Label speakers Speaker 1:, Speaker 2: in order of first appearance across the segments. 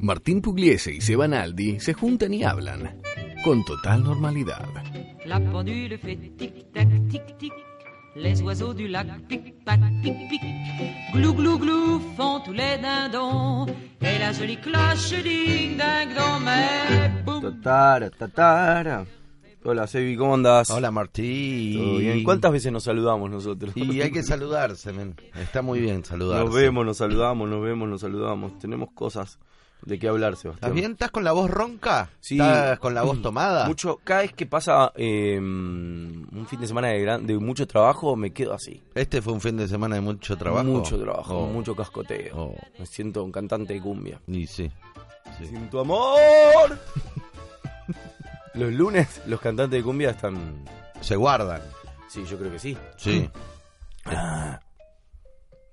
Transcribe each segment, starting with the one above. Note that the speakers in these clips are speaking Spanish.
Speaker 1: Martín Pugliese y Seba Aldi se juntan y hablan con total normalidad.
Speaker 2: La pendule fait tic-tac, tic-tic. Les oiseaux du lac tic-tac, tic-pic. Glou-glou-glou font tous les dindons. Et la jolie cloche ding-ding-dong. Mais boum,
Speaker 3: Tatara, tatara. Hola, Sebi, ¿cómo andás?
Speaker 4: Hola Martín.
Speaker 3: ¿Todo bien? ¿Cuántas veces nos saludamos nosotros?
Speaker 4: Y hay que saludarse, men. Está muy bien saludarse.
Speaker 3: Nos vemos, nos saludamos, nos vemos, nos saludamos. Tenemos cosas de qué hablar, Sebastián.
Speaker 4: ¿Estás bien? ¿Estás con la voz ronca?
Speaker 3: Sí. Mm.
Speaker 4: ¿Estás con la voz tomada?
Speaker 3: Mucho, cada vez que pasa eh, un fin de semana de, gran- de mucho trabajo, me quedo así.
Speaker 4: Este fue un fin de semana de mucho trabajo.
Speaker 3: Mucho trabajo,
Speaker 4: Oh.
Speaker 3: mucho cascoteo.
Speaker 4: Oh.
Speaker 3: Me siento un cantante de cumbia.
Speaker 4: Y sí. Sí.
Speaker 3: Sin tu amor. los lunes, los cantantes de cumbia están.
Speaker 4: Se guardan.
Speaker 3: Sí, yo creo que sí.
Speaker 4: Sí.
Speaker 3: Ah.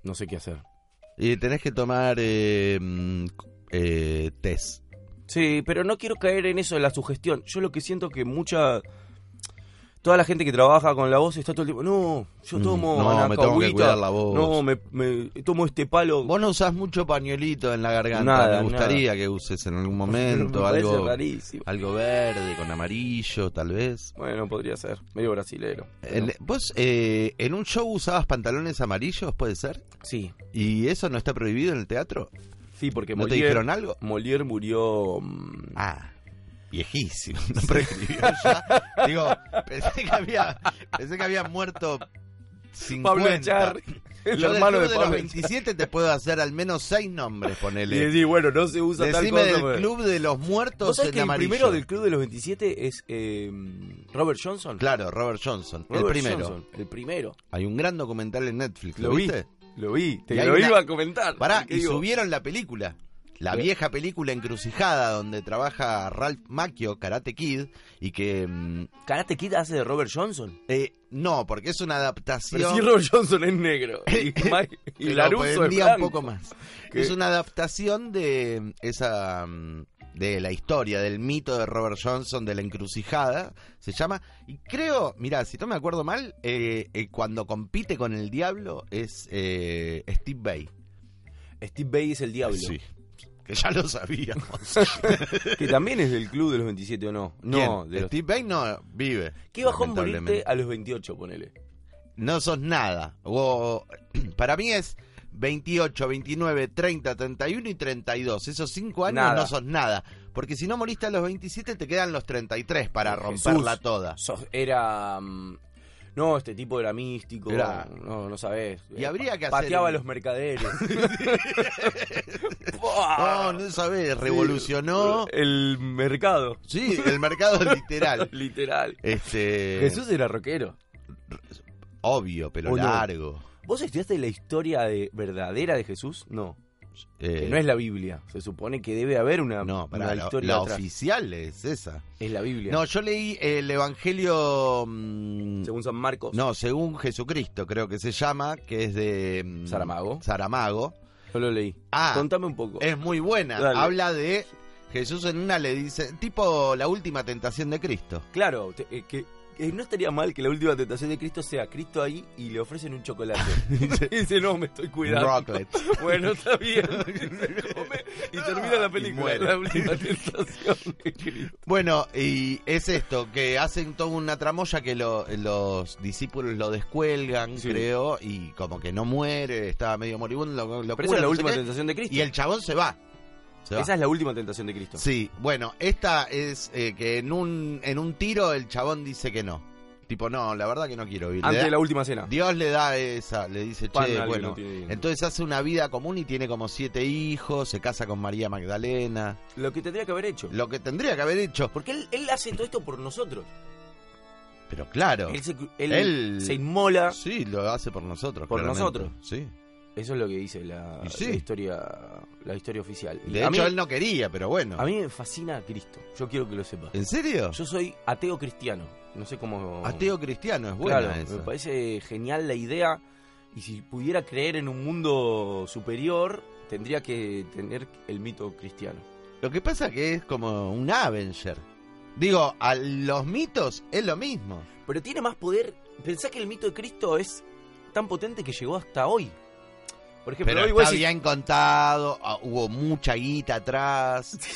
Speaker 3: No sé qué hacer.
Speaker 4: Y tenés que tomar eh, mm, eh, test.
Speaker 3: Sí, pero no quiero caer en eso de la sugestión. Yo lo que siento que mucha. Toda la gente que trabaja con la voz está todo el tiempo. No, yo
Speaker 4: Mm,
Speaker 3: tomo.
Speaker 4: no, me tengo que
Speaker 3: anacahuita,
Speaker 4: cuidar la voz".
Speaker 3: No, me, me- tomo este palo.
Speaker 4: Vos no usás mucho pañuelito en la garganta.
Speaker 3: Nada,
Speaker 4: Me gustaría que uses en algún
Speaker 3: Me
Speaker 4: momento
Speaker 3: parece
Speaker 4: algo,
Speaker 3: rarísimo.
Speaker 4: algo verde con amarillo, tal vez.
Speaker 3: Bueno, podría ser. Medio brasilero.
Speaker 4: En- ¿Vos eh, en un show usabas pantalones amarillos, puede ser?
Speaker 3: Sí.
Speaker 4: ¿Y eso no está prohibido en el teatro?
Speaker 3: Sí, porque
Speaker 4: ¿No te
Speaker 3: Molière-
Speaker 4: dijeron algo?
Speaker 3: Molière murió. mm,
Speaker 4: Ah, viejísimo. No prescribió ya. Digo, pensé que había, pensé que había muerto 50.
Speaker 3: Pablo Echar. El
Speaker 4: Yo
Speaker 3: hermano de
Speaker 4: del club
Speaker 3: Pablo
Speaker 4: los 27 te puedo hacer al menos seis nombres,
Speaker 3: Y
Speaker 4: ponele.
Speaker 3: decís, bueno, no se usa tal
Speaker 4: Decime
Speaker 3: cosa.
Speaker 4: del
Speaker 3: pero-
Speaker 4: club de los
Speaker 3: ¿Vos
Speaker 4: muertos
Speaker 3: sabés
Speaker 4: en
Speaker 3: que el
Speaker 4: amarillo.
Speaker 3: primero del club de los 27 es eh, Robert Johnson?
Speaker 4: Claro, Robert Johnson, el
Speaker 3: Robert
Speaker 4: primero.
Speaker 3: Johnson, el primero.
Speaker 4: Hay un gran documental en Netflix, ¿lo,
Speaker 3: Lo vi.
Speaker 4: viste?
Speaker 3: Lo vi, te
Speaker 4: Y hay
Speaker 3: lo
Speaker 4: una-
Speaker 3: iba a comentar.
Speaker 4: Pará,
Speaker 3: porque
Speaker 4: y
Speaker 3: digo,
Speaker 4: subieron la película. La
Speaker 3: ¿Qué?
Speaker 4: vieja película encrucijada donde trabaja Ralph Macchio, Karate Kid, y que... mm,
Speaker 3: Karate Kid hace de Robert Johnson.
Speaker 4: eh, no, porque es una
Speaker 3: Pero
Speaker 4: adaptación...
Speaker 3: si Robert Johnson es negro. Y, Mike- y
Speaker 4: Pero
Speaker 3: Laruso
Speaker 4: pues,
Speaker 3: es
Speaker 4: vendía un
Speaker 3: blanco.
Speaker 4: poco más.
Speaker 3: Que-
Speaker 4: Es una adaptación de mm, esa mm, de la historia del mito de Robert Johnson de la encrucijada, se llama y creo, mirá, si no me acuerdo mal, eh, eh, cuando compite con el diablo es eh, Steve Bay.
Speaker 3: Steve Bay es el diablo.
Speaker 4: Que ya lo sabíamos.
Speaker 3: Que también es del club de los 27 o no. No,
Speaker 4: ¿Quién?
Speaker 3: de los...
Speaker 4: Steve Bay no vive.
Speaker 3: ¿Qué bajón morirte
Speaker 4: lamentablemente.
Speaker 3: a los 28, ponele?
Speaker 4: No sos nada. O, para mí es 28, 29, 30, 31 y 32. Esos 5 años
Speaker 3: Nada.
Speaker 4: no sos nada. Porque si no moriste a los 27, te quedan los 33 para
Speaker 3: Jesús.
Speaker 4: romperla toda.
Speaker 3: Sos- era... mm, No, este tipo era místico.
Speaker 4: Era-
Speaker 3: No, no sabés.
Speaker 4: Y
Speaker 3: Eh,
Speaker 4: habría que hacer
Speaker 3: Pateaba
Speaker 4: un-
Speaker 3: a los mercaderes. Ah.
Speaker 4: No, no sabés, revolucionó.
Speaker 3: El mercado.
Speaker 4: Sí, el mercado literal.
Speaker 3: Literal.
Speaker 4: Este,
Speaker 3: Jesús era rockero.
Speaker 4: Obvio, pero
Speaker 3: ¿O no?
Speaker 4: largo.
Speaker 3: ¿Vos estudiaste la historia de, verdadera de Jesús? No.
Speaker 4: Eh,
Speaker 3: Que no es la Biblia. Se supone que debe haber una,
Speaker 4: no, pará,
Speaker 3: una
Speaker 4: la,
Speaker 3: historia
Speaker 4: la
Speaker 3: atrás.
Speaker 4: oficial es esa.
Speaker 3: Es la Biblia.
Speaker 4: No, yo leí el Evangelio... mm,
Speaker 3: Según San Marcos.
Speaker 4: No, según Jesucristo, creo que se llama, que es de mm,
Speaker 3: Saramago.
Speaker 4: Saramago.
Speaker 3: Yo lo leí.
Speaker 4: Ah,
Speaker 3: Contame un poco.
Speaker 4: es muy buena.
Speaker 3: Dale.
Speaker 4: Habla de Jesús en una le dice, tipo la última tentación de Cristo.
Speaker 3: Claro, te- eh, que eh, no estaría mal que la última tentación de Cristo sea Cristo ahí y le ofrecen un chocolate. y dice, no, me estoy cuidando.
Speaker 4: Rocklet.
Speaker 3: Bueno, está bien. Se come y termina la
Speaker 4: Y
Speaker 3: película.
Speaker 4: muere.
Speaker 3: La última tentación de Cristo.
Speaker 4: Bueno, y es esto, que hacen toda una tramoya que lo- los discípulos lo descuelgan,
Speaker 3: Sí.
Speaker 4: creo, y como que no muere, estaba medio moribundo, lo, lo
Speaker 3: Pero esa
Speaker 4: curan,
Speaker 3: es la
Speaker 4: no sé
Speaker 3: última
Speaker 4: qué,
Speaker 3: tentación de Cristo.
Speaker 4: y el chabón se va. Se va.
Speaker 3: Esa es la última tentación de Cristo.
Speaker 4: Sí, bueno, esta es eh, que en un, en un tiro el chabón dice que no. Tipo, no, la verdad que no quiero ir. Le
Speaker 3: Antes
Speaker 4: da-
Speaker 3: de la última cena.
Speaker 4: Dios le da esa, le dice,
Speaker 3: Pan
Speaker 4: che,
Speaker 3: al que
Speaker 4: bueno.
Speaker 3: no tiene dinero.
Speaker 4: entonces hace una vida común y tiene como siete hijos, se casa con María Magdalena.
Speaker 3: Lo que tendría que haber hecho.
Speaker 4: Lo que tendría que haber hecho.
Speaker 3: Porque él, él hace todo esto por nosotros.
Speaker 4: Pero claro,
Speaker 3: Él se, él
Speaker 4: Él-
Speaker 3: se inmola.
Speaker 4: sí, lo hace por nosotros.
Speaker 3: Por
Speaker 4: claramente.
Speaker 3: nosotros.
Speaker 4: Sí.
Speaker 3: Eso es lo que dice la,
Speaker 4: Y sí.
Speaker 3: la historia la historia oficial. Y
Speaker 4: De
Speaker 3: a
Speaker 4: hecho,
Speaker 3: mí,
Speaker 4: él no quería, pero bueno.
Speaker 3: a mí me fascina a Cristo. Yo quiero que lo sepas.
Speaker 4: ¿En serio?
Speaker 3: Yo soy ateo cristiano. No sé cómo.
Speaker 4: Ateo cristiano, es buena
Speaker 3: Claro,
Speaker 4: esa.
Speaker 3: me parece genial la idea. Y si pudiera creer en un mundo superior, tendría que tener el mito cristiano.
Speaker 4: Lo que pasa que es como un Avenger. Digo, a los mitos es lo mismo.
Speaker 3: Pero tiene más poder. Pensá que el mito de Cristo es tan potente que llegó hasta hoy. Por ejemplo,
Speaker 4: Pero
Speaker 3: hoy vos
Speaker 4: está
Speaker 3: decís-
Speaker 4: bien contado, ah, hubo mucha guita atrás.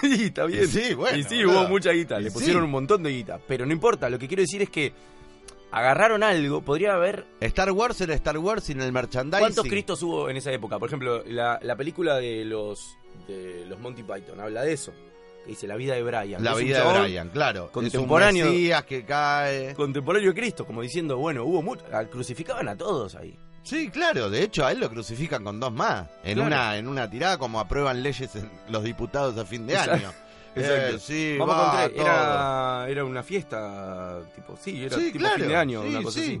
Speaker 3: Sí, está bien.
Speaker 4: Sí, bueno,
Speaker 3: Y sí,
Speaker 4: boludo.
Speaker 3: hubo mucha guita. Le
Speaker 4: Y
Speaker 3: pusieron
Speaker 4: sí.
Speaker 3: un montón de guita. Pero no importa. Lo que quiero decir es que agarraron algo. Podría haber.
Speaker 4: Star Wars era Star Wars sin el merchandising.
Speaker 3: ¿Cuántos cristos hubo en esa época? Por ejemplo, la, la película de los, de los Monty Python habla de eso. Que dice La vida de Brian.
Speaker 4: La
Speaker 3: Es un
Speaker 4: vida de
Speaker 3: chabón
Speaker 4: Brian, claro.
Speaker 3: contemporáneo.
Speaker 4: Es un mesías que cae.
Speaker 3: Contemporáneo de Cristo. Como diciendo, bueno, hubo mucho. Ah, Crucificaban a todos ahí.
Speaker 4: Sí, claro. De hecho, a él lo crucifican con dos más. En,
Speaker 3: Claro.
Speaker 4: una, en una tirada, como aprueban leyes en- los diputados a fin de
Speaker 3: Exacto.
Speaker 4: año.
Speaker 3: Exacto.
Speaker 4: Eh, sí,
Speaker 3: Vamos
Speaker 4: va,
Speaker 3: con tres.
Speaker 4: todo.
Speaker 3: Era, era una fiesta. Tipo, sí, era
Speaker 4: sí,
Speaker 3: tipo
Speaker 4: claro.
Speaker 3: fin de año.
Speaker 4: sí,
Speaker 3: una cosa
Speaker 4: sí.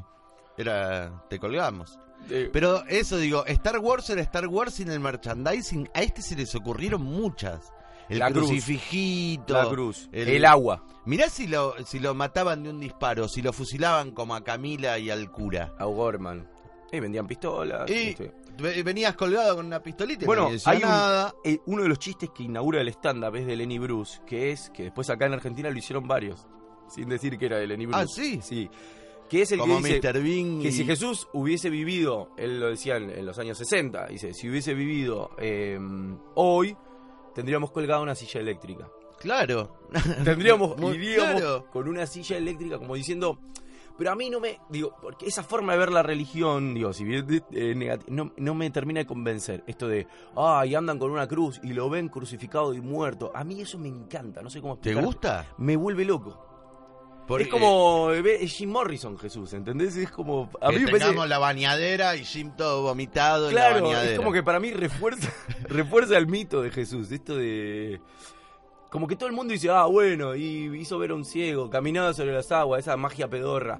Speaker 4: Era, te colgamos.
Speaker 3: así. Eh,
Speaker 4: Pero eso digo, Star Wars era Star Wars sin el merchandising. A este se les ocurrieron muchas. El
Speaker 3: La cruz.
Speaker 4: crucifijito.
Speaker 3: la cruz.
Speaker 4: el-
Speaker 3: el agua.
Speaker 4: Mirá si lo, si lo mataban de un disparo, si lo fusilaban como a Camila y al cura.
Speaker 3: a O'Gorman. Y Eh, vendían pistolas.
Speaker 4: Y
Speaker 3: este.
Speaker 4: ve- venías colgado con una pistolita y
Speaker 3: Bueno,
Speaker 4: no decía
Speaker 3: hay un-
Speaker 4: nada.
Speaker 3: Eh, uno de los chistes que inaugura el stand-up es de Lenny Bruce, que es que después acá en Argentina lo hicieron varios, sin decir que era de Lenny Bruce.
Speaker 4: Ah, ¿sí?
Speaker 3: Sí. Que es el
Speaker 4: Como
Speaker 3: que dice
Speaker 4: Mr. Bean.
Speaker 3: que
Speaker 4: y-
Speaker 3: si Jesús hubiese vivido, él lo decía en, en los años 60, dice, si hubiese vivido eh, hoy, tendríamos colgada una silla eléctrica.
Speaker 4: Claro.
Speaker 3: Tendríamos,
Speaker 4: Muy-
Speaker 3: iríamos
Speaker 4: claro.
Speaker 3: con una silla eléctrica como diciendo, pero a mí no me, digo, porque esa forma de ver la religión, digo, si bien eh, negati- no, no me termina de convencer, esto de, ay, andan con una cruz y lo ven crucificado y muerto, a mí eso me encanta, no sé cómo
Speaker 4: ¿Te
Speaker 3: explicar.
Speaker 4: gusta?
Speaker 3: Me vuelve loco.
Speaker 4: Porque
Speaker 3: es como eh, ver- es Jim Morrison Jesús, ¿entendés? Es como, a
Speaker 4: que
Speaker 3: mí me
Speaker 4: tengamos
Speaker 3: parece...
Speaker 4: la bañadera y Jim todo vomitado en la
Speaker 3: Claro,
Speaker 4: bañadera.
Speaker 3: es como que para mí refuerza, refuerza el mito de Jesús, esto de... Como que todo el mundo dice, ah, bueno, y hizo ver a un ciego, caminaba sobre las aguas, esa magia pedorra.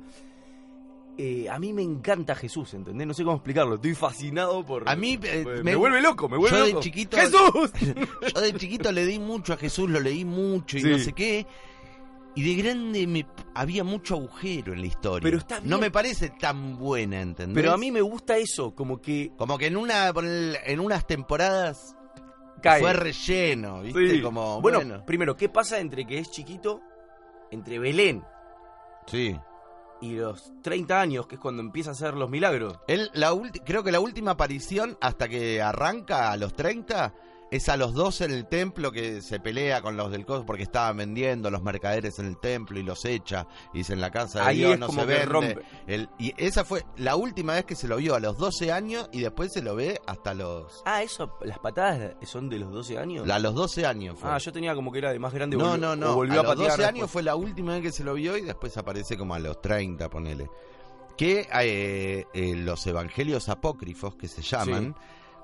Speaker 3: Eh, a mí me encanta Jesús, ¿entendés? No sé cómo explicarlo, estoy fascinado por...
Speaker 4: A mí, eh,
Speaker 3: me,
Speaker 4: me-
Speaker 3: vuelve loco, me
Speaker 4: yo
Speaker 3: vuelve
Speaker 4: de
Speaker 3: loco.
Speaker 4: chiquito-
Speaker 3: ¡Jesús!
Speaker 4: Yo de chiquito le di mucho a Jesús, lo leí mucho y
Speaker 3: Sí.
Speaker 4: no sé qué. Y de grande me había mucho agujero en la historia.
Speaker 3: Pero está bien.
Speaker 4: No me parece tan buena, ¿entendés?
Speaker 3: Pero a mí me gusta eso, como que
Speaker 4: Como que en una ponele, en unas temporadas
Speaker 3: cae.
Speaker 4: fue relleno, ¿viste?
Speaker 3: Sí.
Speaker 4: Como,
Speaker 3: bueno,
Speaker 4: bueno.
Speaker 3: primero, ¿qué pasa entre que es chiquito, entre Belén
Speaker 4: Sí.
Speaker 3: y los 30 años, que es cuando empieza a hacer los milagros?
Speaker 4: Él, la ulti- creo que la última aparición, hasta que arranca a los 30, es a los 12 en el templo que se pelea con los del coso porque estaban vendiendo los mercaderes en el templo y los echa. Y dice en la casa de
Speaker 3: Ahí
Speaker 4: Dios
Speaker 3: es
Speaker 4: no
Speaker 3: como
Speaker 4: se
Speaker 3: que
Speaker 4: vende.
Speaker 3: rompe.
Speaker 4: El- y esa fue la última vez que se lo vio a los 12 años y después se lo ve hasta los.
Speaker 3: Ah, eso, las patadas son de los 12 años.
Speaker 4: A los 12 años fue.
Speaker 3: Ah, yo tenía como que era de más grande.
Speaker 4: no,
Speaker 3: volvió-
Speaker 4: no,
Speaker 3: o
Speaker 4: no.
Speaker 3: Volvió
Speaker 4: a,
Speaker 3: a,
Speaker 4: los 12
Speaker 3: patear
Speaker 4: años
Speaker 3: después.
Speaker 4: fue la última vez que se lo vio y después aparece como a los 30, ponele. Que eh, eh, los evangelios apócrifos, que se llaman,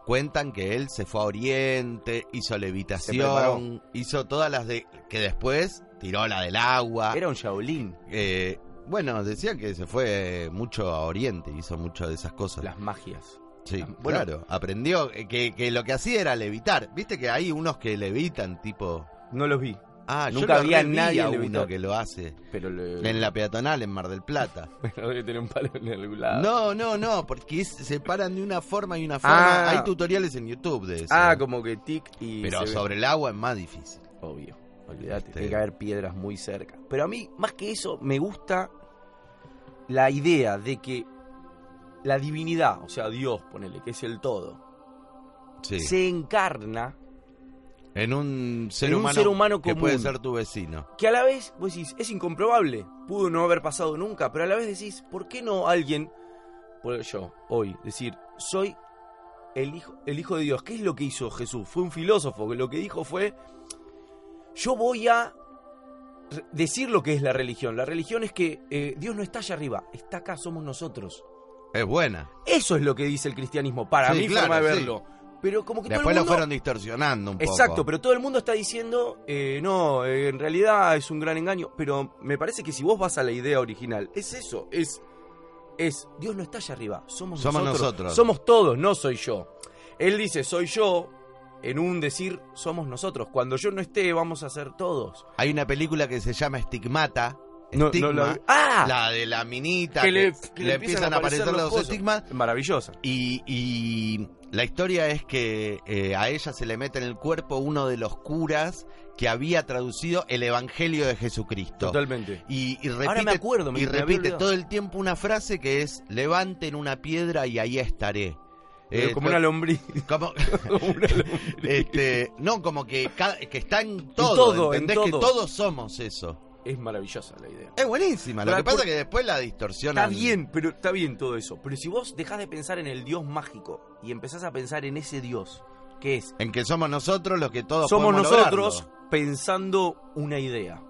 Speaker 4: cuentan que él se fue a Oriente, hizo levitación, hizo todas las de. que después tiró la del agua.
Speaker 3: Era un Shaolin.
Speaker 4: Eh, bueno, decían que se fue mucho a Oriente, hizo mucho de esas cosas.
Speaker 3: Las magias.
Speaker 4: Sí,
Speaker 3: Bueno.
Speaker 4: claro. Aprendió eh, que, que lo que hacía era levitar. Viste que hay unos que levitan, tipo.
Speaker 3: No los vi.
Speaker 4: Ah, yo
Speaker 3: Nunca
Speaker 4: lo
Speaker 3: había
Speaker 4: re vi
Speaker 3: nadie
Speaker 4: a
Speaker 3: levitar.
Speaker 4: uno que lo hace.
Speaker 3: Pero le...
Speaker 4: En la peatonal, en Mar del Plata.
Speaker 3: Bueno, debe tener un palo en algún lado.
Speaker 4: No, no, no, porque es- se paran de una forma y una forma.
Speaker 3: Ah.
Speaker 4: Hay tutoriales en YouTube de eso.
Speaker 3: Ah, como que tic y.
Speaker 4: Pero
Speaker 3: se ve.
Speaker 4: sobre el agua es más difícil.
Speaker 3: Obvio. Olvídate.
Speaker 4: Este-
Speaker 3: Tiene que haber piedras muy cerca. Pero a mí, más que eso, me gusta la idea de que la divinidad, o sea, Dios, ponele, que es el todo,
Speaker 4: Sí.
Speaker 3: se encarna
Speaker 4: En un ser
Speaker 3: En un
Speaker 4: humano,
Speaker 3: ser humano
Speaker 4: que
Speaker 3: común.
Speaker 4: puede ser tu vecino.
Speaker 3: que a la vez vos decís, es incomprobable, pudo no haber pasado nunca, pero a la vez decís, ¿por qué no alguien, por yo, hoy, decir, soy el hijo, el hijo de Dios? ¿Qué es lo que hizo Jesús? Fue un filósofo, que lo que dijo fue, yo voy a re- decir lo que es la religión. La religión es que eh, Dios no está allá arriba, está acá, somos nosotros.
Speaker 4: Es buena.
Speaker 3: Eso es lo que dice el cristianismo, para
Speaker 4: Sí,
Speaker 3: mi
Speaker 4: claro,
Speaker 3: forma de
Speaker 4: sí.
Speaker 3: verlo. Pero como que todo
Speaker 4: Después
Speaker 3: el
Speaker 4: lo
Speaker 3: mundo-
Speaker 4: fueron distorsionando un poco.
Speaker 3: Exacto, pero todo el mundo está diciendo, eh, no, eh, en realidad es un gran engaño, pero me parece que si vos vas a la idea original, es eso, es, es, Dios no está allá arriba, somos,
Speaker 4: Somos
Speaker 3: nosotros,
Speaker 4: nosotros.
Speaker 3: somos todos, no soy yo. Él dice, soy yo, en un decir somos nosotros. Cuando yo no esté, vamos a ser todos.
Speaker 4: Hay una película que se llama Estigmata.
Speaker 3: No,
Speaker 4: Estigma,
Speaker 3: no la- ¡Ah!
Speaker 4: la de la minita
Speaker 3: que le,
Speaker 4: que le empiezan a aparecer los
Speaker 3: cosos.
Speaker 4: estigmas
Speaker 3: Maravillosa.
Speaker 4: Y, y la historia es que eh, a ella se le mete en el cuerpo uno de los curas que había traducido el Evangelio de Jesucristo.
Speaker 3: Totalmente.
Speaker 4: Y, y repite,
Speaker 3: Ahora me acuerdo, me-
Speaker 4: y
Speaker 3: me había
Speaker 4: repite
Speaker 3: olvidado.
Speaker 4: todo el tiempo una frase que es, levanten una piedra y ahí estaré.
Speaker 3: Eh,
Speaker 4: Eh,
Speaker 3: como
Speaker 4: to-
Speaker 3: una lombriz.
Speaker 4: como-
Speaker 3: Como una lombriz.
Speaker 4: este, no, como que, ca- que está en todo,
Speaker 3: todo, en
Speaker 4: ¿entendés?
Speaker 3: todo.
Speaker 4: Que todos somos eso.
Speaker 3: Es maravillosa la idea.
Speaker 4: Es buenísima, lo
Speaker 3: Pero
Speaker 4: que pasa
Speaker 3: por-
Speaker 4: es que después la distorsiona.
Speaker 3: Está bien, pero está bien todo eso. Pero si vos dejás de pensar en el Dios mágico y empezás a pensar en ese Dios, que es
Speaker 4: En que somos nosotros los que todos
Speaker 3: somos
Speaker 4: podemos
Speaker 3: nosotros
Speaker 4: lograrlo.
Speaker 3: pensando una idea.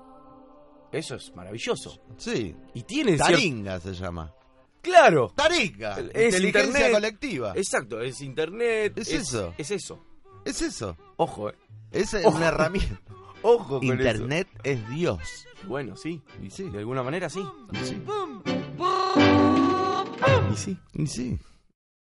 Speaker 3: Eso es maravilloso.
Speaker 4: Sí.
Speaker 3: Y tiene cierto...
Speaker 4: Taringa se llama.
Speaker 3: Claro.
Speaker 4: Taringa.
Speaker 3: Es
Speaker 4: inteligencia
Speaker 3: internet.
Speaker 4: colectiva. Es,
Speaker 3: Exacto, es internet.
Speaker 4: Es eso.
Speaker 3: Es eso.
Speaker 4: eso.
Speaker 3: Ojo, eh.
Speaker 4: Esa es
Speaker 3: Ojo.
Speaker 4: una herramienta.
Speaker 3: Ojo con
Speaker 4: Internet es Dios.
Speaker 3: eso. Bueno, sí.
Speaker 4: Y sí.
Speaker 3: De alguna manera sí.
Speaker 4: Y sí.
Speaker 2: Boum, boum, boum.
Speaker 3: Y sí.
Speaker 4: Y sí.